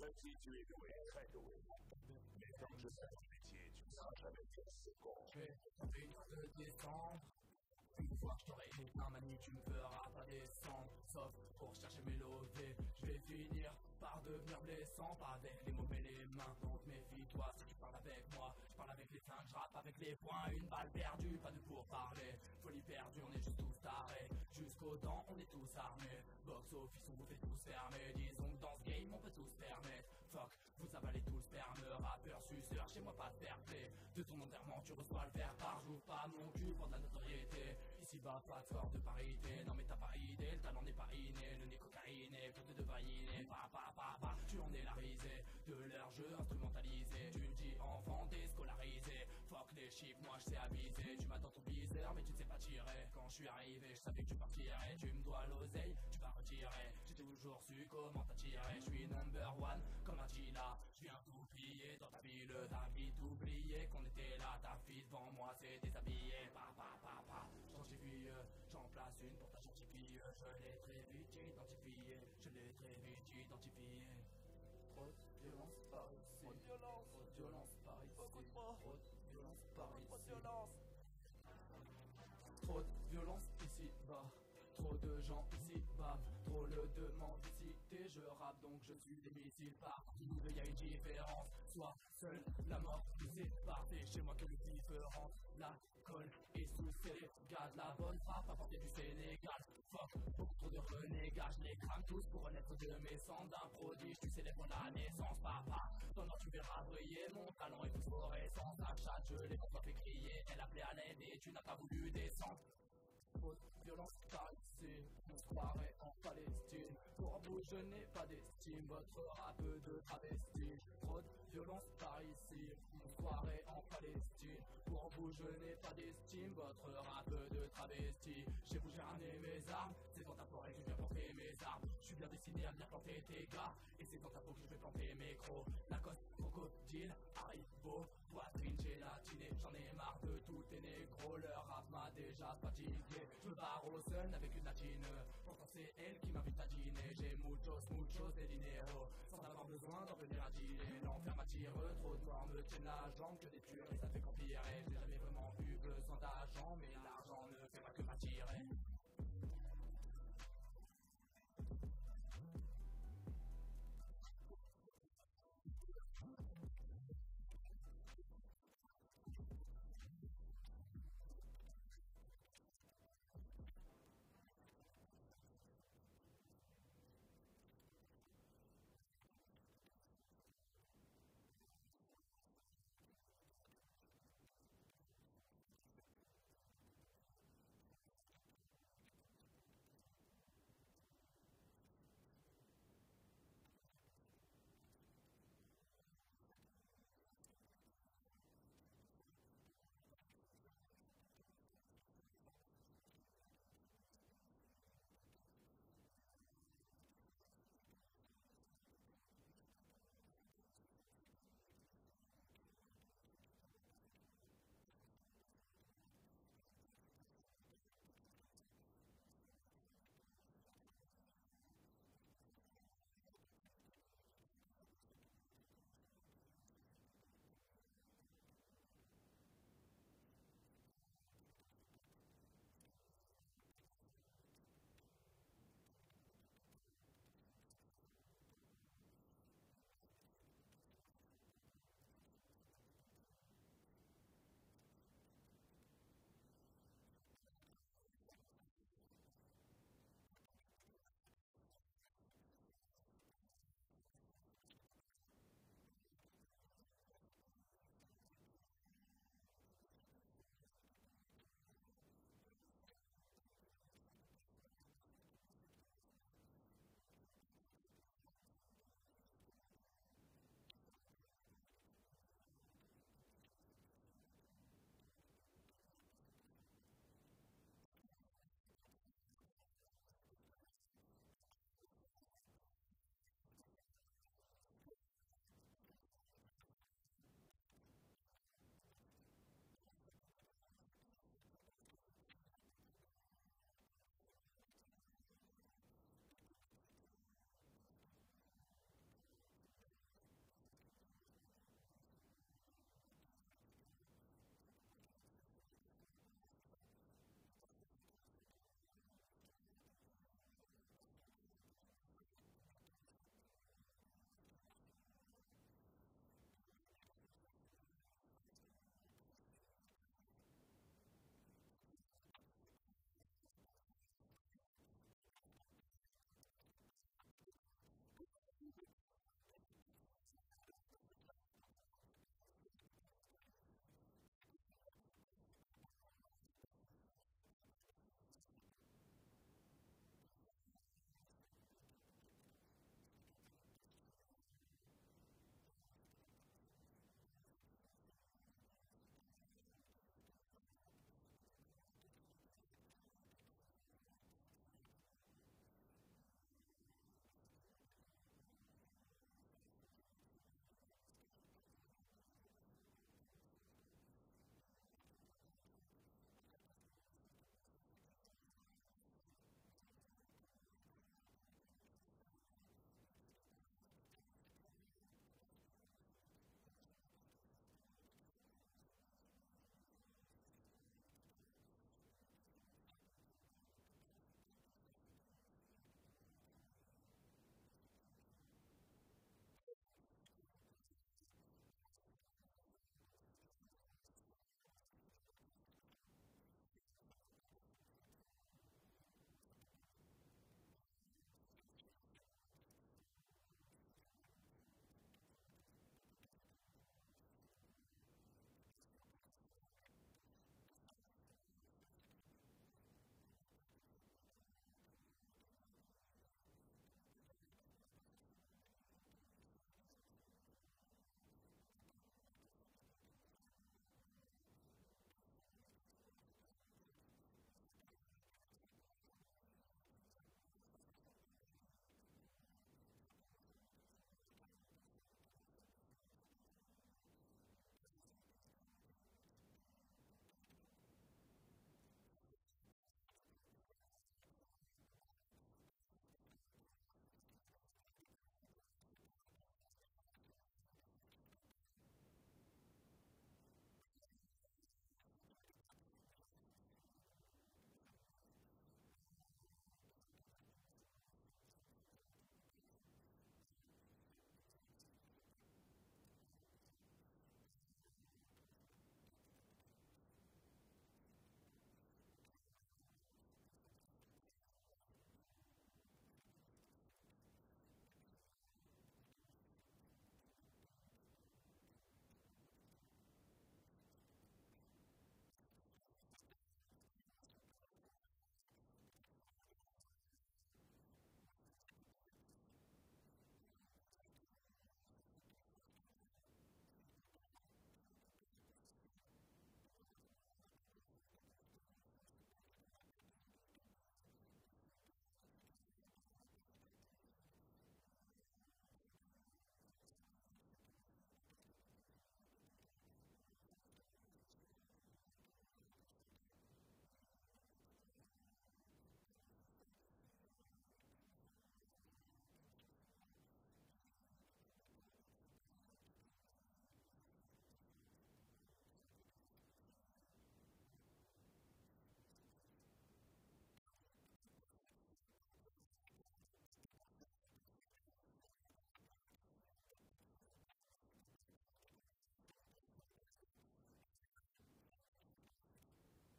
même si tu es doué, très doué. Mais comme je sais ton métier, tu ne seras jamais dire ce qu'on Je vais te descendre. Une fois que j'aurai une harmonie, tu me feras pas descendre. Sauf pour chercher mes levées, je vais finir par devenir blessant. Pas avec les mots mais les mains, donc méfie-toi si tu parles avec moi. Je parle avec les seins, je rappe avec les poings. Une balle perdue, pas de pour parler. Folie perdue, on est juste tous tarés. Jusqu'aux dents, on est tous armés. Box office, on vous fait tous fermer. Disons que dans ce game, on peut tous permettre. Fuck, vous avalez tout le sperme, rappeur, suceur, chez moi pas de fair play. De ton enterrement, tu reçois le verre par jour, pas mon cul pour de la notoriété. Ici bas, pas de force de parité, non mais t'as pas idée, le talent n'est pas inné, le nez cocaïné, plante de vailliner, pa pa pa pa, tu en es la risée, de leur jeu instrumentalisé, tu me dis enfant déscolarisé, fuck les chiffres, moi je sais aviser, tu m'attends tout bizarre mais tu ne sais pas tirer, quand je suis arrivé, je savais que tu partirais, tu me dois l'oseille, tu vas retirer, j'ai toujours su comment t'attirer, je suis number one comme un Gila, je viens tout plier dans ta ville, ta vie t'oublier qu'on était là, ta fille devant moi c'est déshabillé, pa pa pa pa, j't'identifie, euh, j'en place une pour ta gentille je l'ai très vite identifié, je l'ai très vite identifié. Trop de violence par ici, trop de violence, trop de violence par ici, Beaucoup de morts. trop de violence par ici. Trop de violence. Trop de violence ici bas, trop de gens ici bas, trop le demande ici t'es je rappe donc je suis des missiles bah. partout, il y a une différence, soit seul, la mort nous sépare, c'est chez moi que les différences, la colle est sous ses garde la bonne frappe apportée du Sénégal, fuck, beaucoup trop de renégats, je les crame tous pour renaître de mes cendres, d'un prodige, tu célèbres la naissance, papa, non, non, tu verras briller mon talent et sans achat. Je l'ai pour toi fait crier, elle appelait à l'aide et tu n'as pas voulu descendre. Trop de violence par ici, on se croirait en Palestine. Pour vous, je n'ai pas d'estime, votre rap de travesti. Trop de violence par ici, on se croirait en Palestine. Pour vous, je n'ai pas d'estime, votre rap de travesti. Chez vous, j'ai ramené mes armes, c'est dans ta forêt que je viens porter mes armes. Je suis bien destiné à bien planter tes gars, et c'est dans ta peau que je vais planter mes crocs. Lacoste, crocodile, haribo, poitrine gélatinée. J'en ai marre de tout tes négros, leur rap m'a déjà fatigué. Je me barre au seul avec une latine, pourtant c'est elle qui m'invite à dîner. J'ai muchos, muchos et dinero, sans avoir besoin d'en venir à dîner. L'enfer m'attire, trop de me tiennent la jambe que des tueries, ça fait qu'empirer.